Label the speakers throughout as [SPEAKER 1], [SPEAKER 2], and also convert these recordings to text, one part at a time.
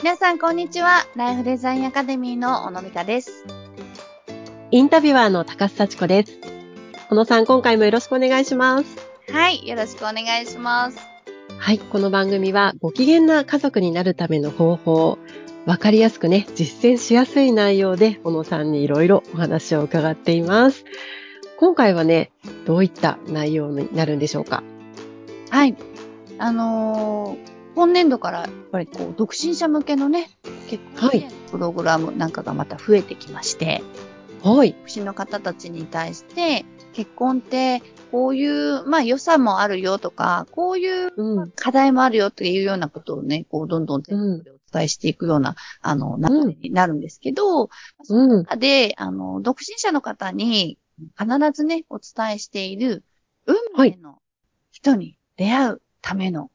[SPEAKER 1] 皆さん、こんにちは。ライフデザインアカデミーの小野美香です。
[SPEAKER 2] インタビュアーの高須幸子です。小野さん、今回もよろしくお願いします。
[SPEAKER 1] はい、よろしくお願いします。
[SPEAKER 2] はい、この番組はご機嫌な家族になるための方法、わかりやすくね、実践しやすい内容で小野さんにいろいろお話を伺っています。今回はね、どういった内容になるんでしょうか。
[SPEAKER 1] はい。あのー今年度から、やっぱりこう、独身者向けのね、結構、
[SPEAKER 2] はい
[SPEAKER 1] プログラムなんかがまた増えてきまして、
[SPEAKER 2] はい。
[SPEAKER 1] 独身の方たちに対して、結婚って、こういう、まあ、良さもあるよとか、こういう
[SPEAKER 2] うん。
[SPEAKER 1] 課題もあるよっていうようなことをね、こう、どんどん全国でお伝えしていくような、あの、流れになるんですけど、
[SPEAKER 2] うん。
[SPEAKER 1] で、あの、独身者の方に必ずね、お伝えしている、運
[SPEAKER 2] は
[SPEAKER 1] 命
[SPEAKER 2] い
[SPEAKER 1] の人に出会うための、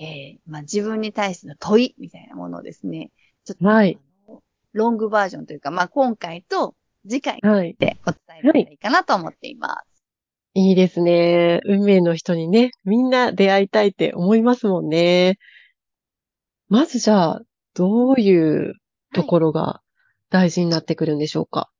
[SPEAKER 1] えーまあ、自分に対しての問いみたいなものをですね、ちょっと、
[SPEAKER 2] はい
[SPEAKER 1] あのロングバージョンというか、まあ、今回と次回
[SPEAKER 2] はい。
[SPEAKER 1] でお伝えできたらいいかなと思っています。
[SPEAKER 2] いいですね。運命の人にね、みんな出会いたいって思いますもんね。まずじゃあ、どういうところが大事になってくるんでしょうか。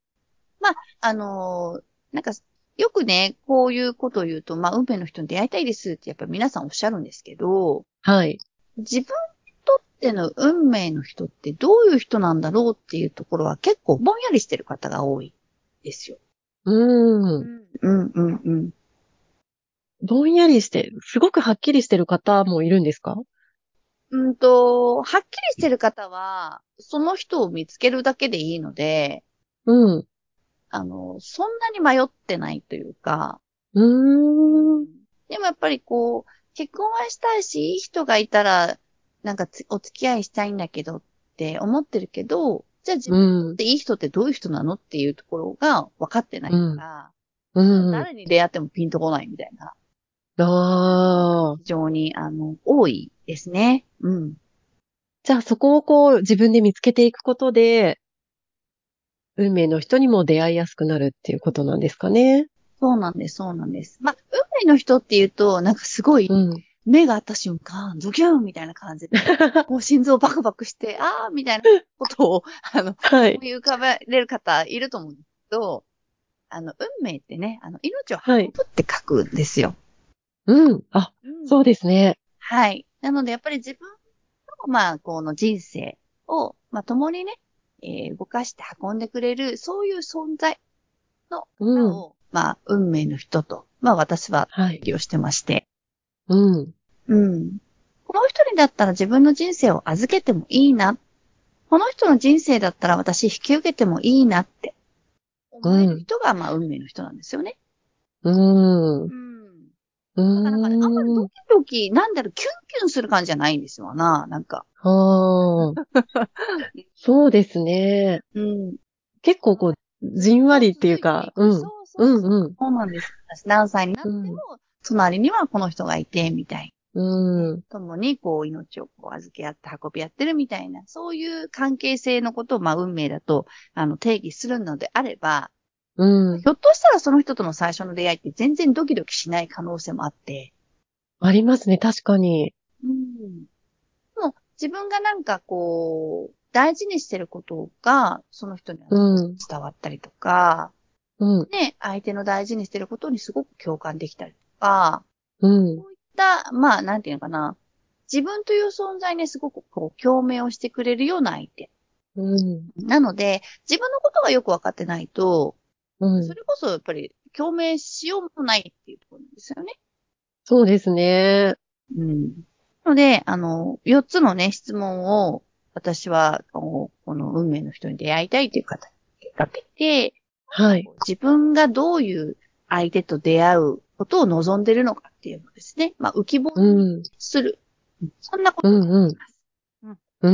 [SPEAKER 1] あのーなんか、よくね、こういうことを言うと、まあ、運命の人に出会いたいですってやっぱり皆さんおっしゃるんですけど、
[SPEAKER 2] はい。
[SPEAKER 1] 自分にとっての運命の人ってどういう人なんだろうっていうところは結構ぼんやりしてる方が多いですよ。
[SPEAKER 2] う。
[SPEAKER 1] うんん、うん、うん。
[SPEAKER 2] ぼんやりして、すごくはっきりしてる方もいるんですか
[SPEAKER 1] うんと、はっきりしてる方は、その人を見つけるだけでいいので、
[SPEAKER 2] うん。
[SPEAKER 1] あの、そんなに迷ってないというか、
[SPEAKER 2] うーん。
[SPEAKER 1] でもやっぱりこう、結婚はしたいし、いい人がいたら、なんかつお付き合いしたいんだけどって思ってるけど、じゃあ自分に
[SPEAKER 2] う
[SPEAKER 1] とっ
[SPEAKER 2] ん。
[SPEAKER 1] ていい人ってどういう人なのっていうところが分かってないから、
[SPEAKER 2] うん。あ
[SPEAKER 1] 誰に出会ってもピンとこないみたいな、
[SPEAKER 2] あー。
[SPEAKER 1] 非常に、あの、多いですね。うん。
[SPEAKER 2] じゃあそこをこう自分で見つけていくことで、運命の人にも出会いやすくなるっていうことなんですかね。
[SPEAKER 1] そうなんです、そうなんです。まあ、運命の人っていうと、なんかすごい、
[SPEAKER 2] うん。
[SPEAKER 1] 目が合った瞬間、ドキュンみたいな感 じで、こう心臓バクバクして、あーみたいなことを、あの、
[SPEAKER 2] はい。
[SPEAKER 1] 思い浮かべれる方いると思うんですけど、あの、運命ってね、あの、命を
[SPEAKER 2] はい
[SPEAKER 1] 運ぶって書くんですよ。
[SPEAKER 2] うん。あ、そうですね。
[SPEAKER 1] はい。なので、やっぱり自分の、まあ、この人生を、まあ、共にね、えー動かして運んでくれる、そういう存在
[SPEAKER 2] うん。
[SPEAKER 1] を、まあ、運命の人と、まあ、私は、
[SPEAKER 2] はい。
[SPEAKER 1] 利用してまして。
[SPEAKER 2] うん。
[SPEAKER 1] うん。この人にだったら自分の人生を預けてもいいな。この人の人生だったら私引き受けてもいいなって。思える人が、まあ、運命の人なんですよね。
[SPEAKER 2] うん。
[SPEAKER 1] う
[SPEAKER 2] う
[SPEAKER 1] ん。
[SPEAKER 2] ー
[SPEAKER 1] だからなんかね、あんまり
[SPEAKER 2] ん。
[SPEAKER 1] ドキドキ、なんだろう、キュンキュンする感じじゃないんですよな、なんか。
[SPEAKER 2] あーそうですね。
[SPEAKER 1] うん。
[SPEAKER 2] 結構こう、じんわりっていうか、う
[SPEAKER 1] そ
[SPEAKER 2] ん。
[SPEAKER 1] うそううそうん
[SPEAKER 2] うん。
[SPEAKER 1] そうなんです。私何歳になっても、
[SPEAKER 2] うん
[SPEAKER 1] 隣にはこの人がいて、みたい。
[SPEAKER 2] うん。
[SPEAKER 1] 共にこう命をこう預け合って運び合ってるみたいな、そういう関係性のことを、まあ運命だと、あの、定義するのであれば、
[SPEAKER 2] うん。
[SPEAKER 1] ひょっとしたらその人との最初の出会いって全然ドキドキしない可能性もあって、
[SPEAKER 2] ありますね、確かに。
[SPEAKER 1] うん。でも、自分がなんかこう、大事にしてることが、その人には
[SPEAKER 2] うん。
[SPEAKER 1] 伝わったりとか、
[SPEAKER 2] うん。
[SPEAKER 1] ね、相手の大事にしてることにすごく共感できたりとか、
[SPEAKER 2] うん。
[SPEAKER 1] だ、まあ、なんていうのかな。自分という存在にすごくこう、共鳴をしてくれるような相手。
[SPEAKER 2] うん。
[SPEAKER 1] なので、自分のことがよくわかってないと、
[SPEAKER 2] うん
[SPEAKER 1] そ。れこそやっぱり共鳴しようもないっていうところなんですよね。
[SPEAKER 2] そうですね。
[SPEAKER 1] うん。ので、あの、4つのね、質問を、私は、あのこの運命の人に出会いたいという方にかけて、
[SPEAKER 2] はい。
[SPEAKER 1] 自分がどういう相手と出会うことを望んでるのかっていうのをですね。まあ、浮き彫
[SPEAKER 2] う
[SPEAKER 1] りに
[SPEAKER 2] ん。
[SPEAKER 1] する。そんなこ
[SPEAKER 2] う
[SPEAKER 1] と
[SPEAKER 2] んうん。う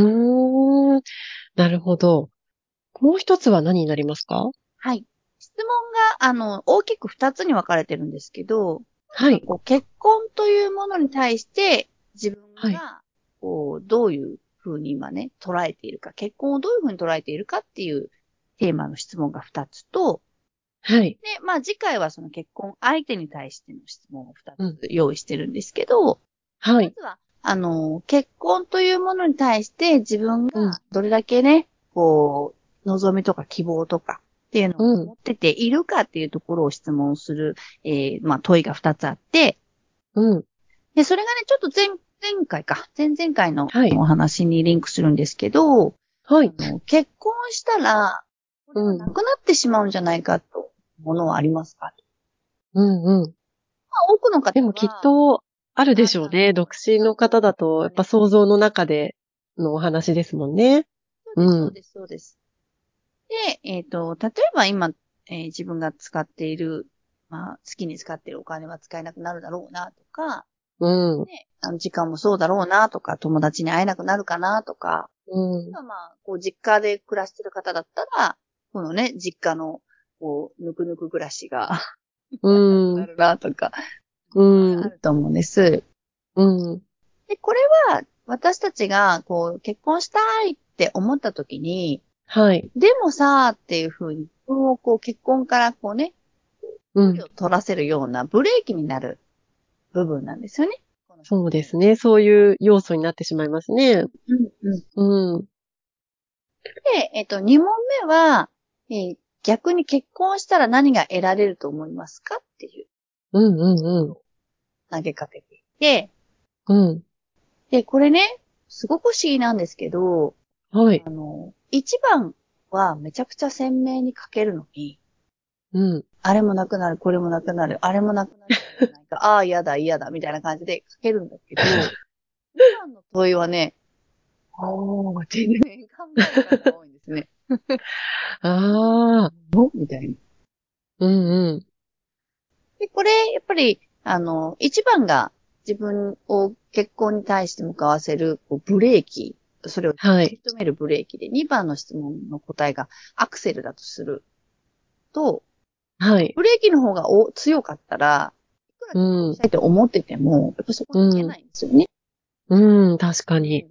[SPEAKER 2] ーん。なるほど。もう一つは何になりますか
[SPEAKER 1] はい。質問が、あの、大きく二つに分かれてるんですけど、
[SPEAKER 2] はい。
[SPEAKER 1] こう結婚というものに対して、自分
[SPEAKER 2] は
[SPEAKER 1] が、こう、どういうふうに今ね、捉えているか、結婚をどういうふうに捉えているかっていうテーマの質問が二つと、
[SPEAKER 2] はい。
[SPEAKER 1] で、まあ次回はその結婚相手に対しての質問を二つ用意してるんですけど、
[SPEAKER 2] はい
[SPEAKER 1] ま。ずはあの、結婚というものに対して自分
[SPEAKER 2] うん
[SPEAKER 1] がどれだけね、こう、望みとか希望とかっていうの
[SPEAKER 2] う
[SPEAKER 1] を
[SPEAKER 2] ん
[SPEAKER 1] 持ってているかっていうところを質問する、えーまあ問いが2つあって、
[SPEAKER 2] うん。
[SPEAKER 1] で、それがね、ちょっと前、前回か、前々回の
[SPEAKER 2] はい
[SPEAKER 1] お話にリンクするんですけど、
[SPEAKER 2] はい。
[SPEAKER 1] あの結婚したら、これ
[SPEAKER 2] う
[SPEAKER 1] は
[SPEAKER 2] ん
[SPEAKER 1] なくなってしまうんじゃないかと、ものはありますか、
[SPEAKER 2] うんうん。
[SPEAKER 1] まあ、多くの方は
[SPEAKER 2] でもきっと、あるでしょうね。独身の方だと、やっぱ想像の中でのお話ですもんね。うん
[SPEAKER 1] そうです、そうです。で、えっ、と、例えば今、えー自分が使っている、まあ、好きに使っているお金は使えなくなるだろうなとか、
[SPEAKER 2] うん。う
[SPEAKER 1] ね、あの時間もそうだろうなとか、友達に会えなくなるかなとか、
[SPEAKER 2] ん。
[SPEAKER 1] まあ、こう、実家で暮らしてる方だったら、このね、実家の、こう、ぬくぬく暮らしが、
[SPEAKER 2] うん
[SPEAKER 1] な。るなとか、
[SPEAKER 2] うん
[SPEAKER 1] あると思うんです。
[SPEAKER 2] うん。
[SPEAKER 1] で、これは、私たちが、こう、結婚したいって思った時に、
[SPEAKER 2] はい。
[SPEAKER 1] でもさーっていう風に、自分をこう結婚からこうね、
[SPEAKER 2] う
[SPEAKER 1] 距
[SPEAKER 2] ん
[SPEAKER 1] 離。を取らせるようなブレーキになる部分なんですよね。
[SPEAKER 2] そうですね。そういう要素になってしまいますね。
[SPEAKER 1] うんうん。で、
[SPEAKER 2] うん。
[SPEAKER 1] えっと、2問目は、えー逆に結婚したら何が得られると思いますかっていう
[SPEAKER 2] うんうん
[SPEAKER 1] 投げかけていて、
[SPEAKER 2] うん。
[SPEAKER 1] で、これね、すごく不思議なんですけど、
[SPEAKER 2] うん。はい。
[SPEAKER 1] あの、1番はめちゃくちゃ鮮明に書けるのに、
[SPEAKER 2] うん。
[SPEAKER 1] あれもなくなる、これもなくなる、あれもなくなるじゃないか、 ああ、嫌だ、嫌だ、みたいな感じで書けるんだけど、普段の問いはね、おー、ってね、考える方が多いんです ね。
[SPEAKER 2] ああ。
[SPEAKER 1] おみたいな。
[SPEAKER 2] うん
[SPEAKER 1] で、これ、やっぱり、あの、一番が自分を結婚に対して向かわせるこうブレーキ、それを
[SPEAKER 2] は
[SPEAKER 1] 突
[SPEAKER 2] い
[SPEAKER 1] き止めるブレーキで、二番の質問の答えがアクセルだとすると、
[SPEAKER 2] うん。はい。
[SPEAKER 1] ブレーキの方がお強かったら、いくら
[SPEAKER 2] うん
[SPEAKER 1] し。たいと思ってても、やっぱそこに行けないんですよね。
[SPEAKER 2] うん。確かに。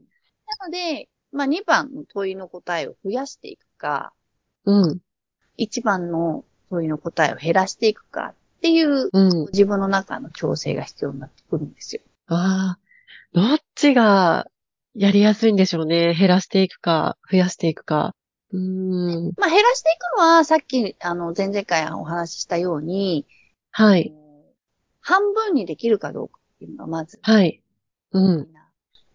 [SPEAKER 1] なので、まあ2番の問いの答えを増やしていくか、
[SPEAKER 2] うん。
[SPEAKER 1] 1番の問いの答えを減らしていくかっていう、
[SPEAKER 2] うん。
[SPEAKER 1] 自分の中の調整が必要になってくるんですよ。
[SPEAKER 2] ああ。どっちがやりやすいんでしょうね。減らしていくか、増やしていくか。うん。
[SPEAKER 1] まあ減らしていくのは、さっき、あの、前々回お話ししたように、
[SPEAKER 2] はい。
[SPEAKER 1] 半分にできるかどうかっていうのがまず、
[SPEAKER 2] はい。うん。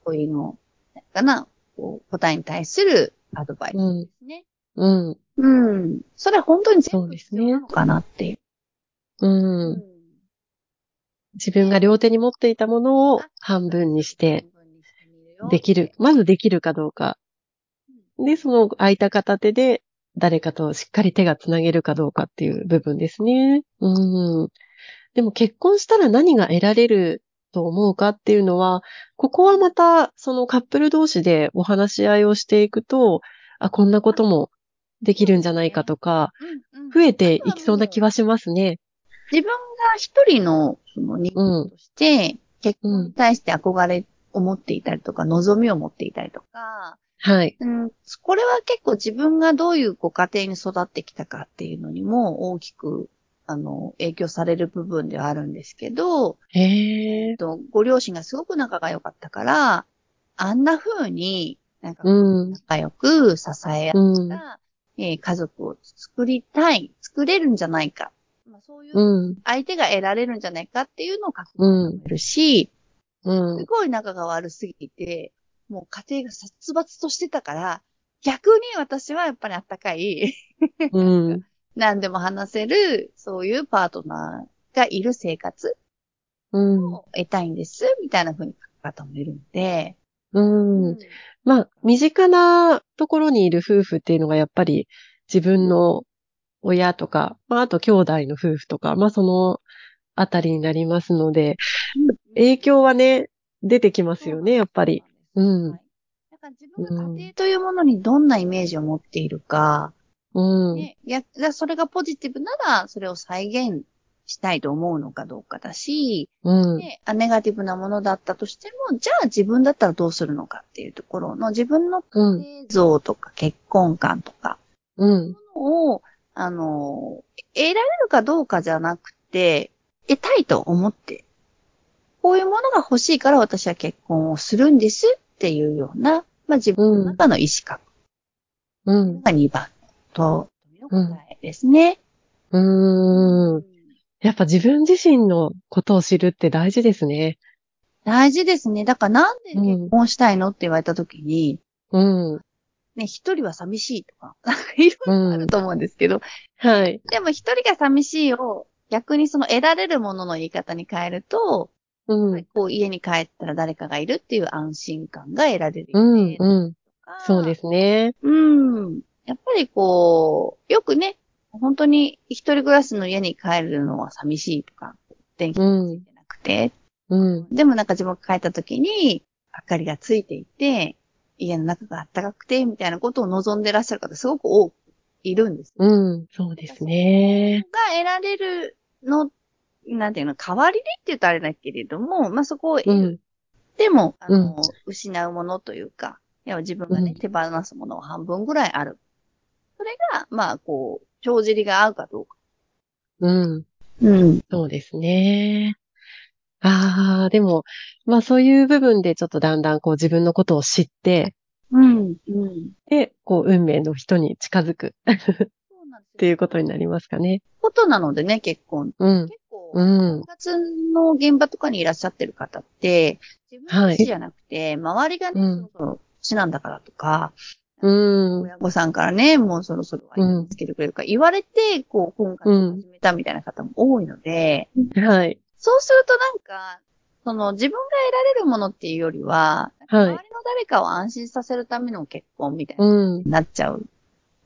[SPEAKER 1] 問いの、なんかな、こう答えに対するアドバイスで
[SPEAKER 2] うん。
[SPEAKER 1] すね。
[SPEAKER 2] うん。
[SPEAKER 1] うん。それは本当に全
[SPEAKER 2] そう
[SPEAKER 1] 部
[SPEAKER 2] です
[SPEAKER 1] 必
[SPEAKER 2] ね
[SPEAKER 1] 要なのかなっていう。
[SPEAKER 2] うん。自分が両手に持っていたものを半分にして、できる。まずできるかどうか。で、その空いた片手で誰かとしっかり手がつなげるかどうかっていう部分ですね。うん。でも結婚したら何が得られると思うかっていうのは、ここはまたそのカップル同士でお話し合いをしていくと、あ、こんなこともできるんじゃないかとか、
[SPEAKER 1] うんうん
[SPEAKER 2] 増えていきそうな気はしますね。
[SPEAKER 1] 自分が一人の、その人間として、結婚に対して憧れを持っていたりとか、望みを持っていたりとか、
[SPEAKER 2] はい。
[SPEAKER 1] うん、これは結構自分がどういうご家庭に育ってきたかっていうのにも大きく、あの、影響される部分ではあるんですけど、
[SPEAKER 2] へ
[SPEAKER 1] え
[SPEAKER 2] え
[SPEAKER 1] っ。と、ご両親がすごく仲が良かったから、あんな風に、なんか、
[SPEAKER 2] うん。
[SPEAKER 1] 仲良く支え合って
[SPEAKER 2] うん。
[SPEAKER 1] が、えー家族を作りたい、作れるんじゃないか。まあ、そういう
[SPEAKER 2] うん。
[SPEAKER 1] 相手が得られるんじゃないかっていうのを確認
[SPEAKER 2] うん。
[SPEAKER 1] するし、
[SPEAKER 2] う
[SPEAKER 1] す
[SPEAKER 2] ん。
[SPEAKER 1] ごい仲が悪すぎて、もう家庭が殺伐としてたから、逆に私はやっぱりあったかい、
[SPEAKER 2] うん。
[SPEAKER 1] 何でも話せる、そういうパートナーがいる生活
[SPEAKER 2] うん。
[SPEAKER 1] を得たいんです、みたいな風に書く方もいるので、
[SPEAKER 2] うん。まあ、身近なところにいる夫婦っていうのがやっぱり自分の親とか、まあ、あと兄弟の夫婦とか、まあ、そのあたりになりますので、影響はね、出てきますよね、やっぱり。。うん
[SPEAKER 1] はい。だから自分が家庭というものにどんなイメージを持っているか、
[SPEAKER 2] うん。
[SPEAKER 1] ね、いや、じゃあそれがポジティブなら、それを再現したいと思うのかどうかだし、
[SPEAKER 2] うん。
[SPEAKER 1] ね、あネガティブなものだったとしても、じゃあ自分だったらどうするのかっていうところの自分の
[SPEAKER 2] うん。
[SPEAKER 1] 家庭像とか結婚観とか
[SPEAKER 2] うん。
[SPEAKER 1] を、あの、得られるかどうかじゃなくて、得たいと思って、こういうものが欲しいから私は結婚をするんですっていうような、まあ自分の中の意思確
[SPEAKER 2] うん。
[SPEAKER 1] が2番と、の答えですね。
[SPEAKER 2] うん。やっぱ自分自身のことを知るって大事ですね。
[SPEAKER 1] 大事ですね。だからなんで結婚したいのって言われた時に、
[SPEAKER 2] うん。
[SPEAKER 1] ね、一人は寂しいとか、 なんかいろいろあると思うんですけど、
[SPEAKER 2] はい。
[SPEAKER 1] でも一人が寂しいを逆にその得られるものの言い方に変えると、
[SPEAKER 2] うん。
[SPEAKER 1] こう家に帰ったら誰かがいるっていう安心感が得られる
[SPEAKER 2] う
[SPEAKER 1] よ
[SPEAKER 2] ん
[SPEAKER 1] ね。。
[SPEAKER 2] うん。そうですすね。
[SPEAKER 1] うん。やっぱりこう、よくね、本当に一人暮らしの家に帰るのは寂しいとか、電気
[SPEAKER 2] う
[SPEAKER 1] が
[SPEAKER 2] ん。
[SPEAKER 1] なくて、
[SPEAKER 2] うん。
[SPEAKER 1] でもなんか自分が帰った時に、明かりがついていて、家の中が暖かくて、みたいなことを望んでらっしゃる方すごく多くいるんです。
[SPEAKER 2] うん。そうですね。
[SPEAKER 1] が得られるの、なんていうの、代わりでって言うとあれだけれども、まあ、そこを得
[SPEAKER 2] う
[SPEAKER 1] る。
[SPEAKER 2] ん。
[SPEAKER 1] でも、あ
[SPEAKER 2] うん
[SPEAKER 1] の、失うものというか、いや自分がね、
[SPEAKER 2] うん
[SPEAKER 1] 手放すものは半分ぐらいある。それが、まあ、こう、帳尻が合うかどうか。
[SPEAKER 2] うん。
[SPEAKER 1] うん。
[SPEAKER 2] そうですね。ああ、でも、まあそういう部分でちょっとだんだんこう自分のことを知って、
[SPEAKER 1] うん。うん。
[SPEAKER 2] で、こう運命の人に近づくっ
[SPEAKER 1] そうなんですよ。
[SPEAKER 2] ていうことになりますかね。
[SPEAKER 1] ことなのでね、結婚。
[SPEAKER 2] うん。
[SPEAKER 1] 結構、
[SPEAKER 2] うん
[SPEAKER 1] 婚。活の現場とかにいらっしゃってる方って、自分の意思じゃなくて、周りがね、
[SPEAKER 2] うん
[SPEAKER 1] そろそろ死なんだからとか、
[SPEAKER 2] うん。
[SPEAKER 1] 親御さんからね、もうそろそろは
[SPEAKER 2] うん
[SPEAKER 1] つけてくれるか言われて、こう、婚活を始めたみたいな方も多いので、
[SPEAKER 2] はい。
[SPEAKER 1] そうするとなんか、その自分が得られるものっていうよりは、
[SPEAKER 2] は
[SPEAKER 1] 周
[SPEAKER 2] い
[SPEAKER 1] りの誰かを安心させるための結婚みたいな、
[SPEAKER 2] うん。
[SPEAKER 1] なっちゃう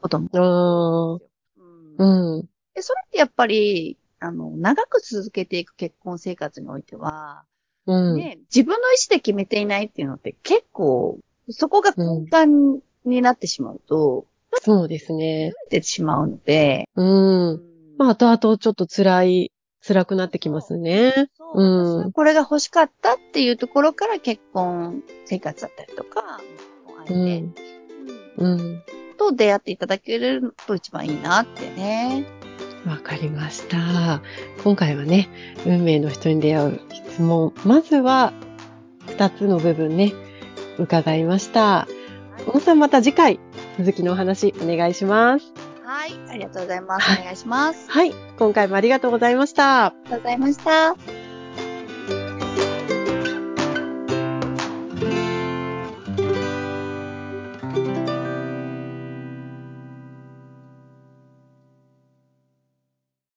[SPEAKER 1] ことも。
[SPEAKER 2] あ
[SPEAKER 1] うん
[SPEAKER 2] あ。うん。
[SPEAKER 1] でそれってやっぱり、あの、長く続けていく結婚生活においては、
[SPEAKER 2] うん。
[SPEAKER 1] ね、自分の意思で決めていないっていうのって結構、そこが根幹になってしまうと、
[SPEAKER 2] そうですね。
[SPEAKER 1] 出てしまうので、
[SPEAKER 2] うん。まあ、後々ちょっと辛い、辛くなってきますね。
[SPEAKER 1] そうう、私
[SPEAKER 2] ん
[SPEAKER 1] はこれが欲しかったっていうところから結婚生活だったりとか、相
[SPEAKER 2] う
[SPEAKER 1] 手、
[SPEAKER 2] ん。うん。
[SPEAKER 1] と出会っていただけると一番いいなってね。
[SPEAKER 2] わかりました。今回はね、運命の人に出会う質問。まずは、二つの部分ね、伺いました。小野さんまた次回、続きのお話お願いします。
[SPEAKER 1] はい、ありがとうございます。
[SPEAKER 2] はい
[SPEAKER 1] お願いします。
[SPEAKER 2] はい。今回もありがとうございました。
[SPEAKER 1] ありがとうございました。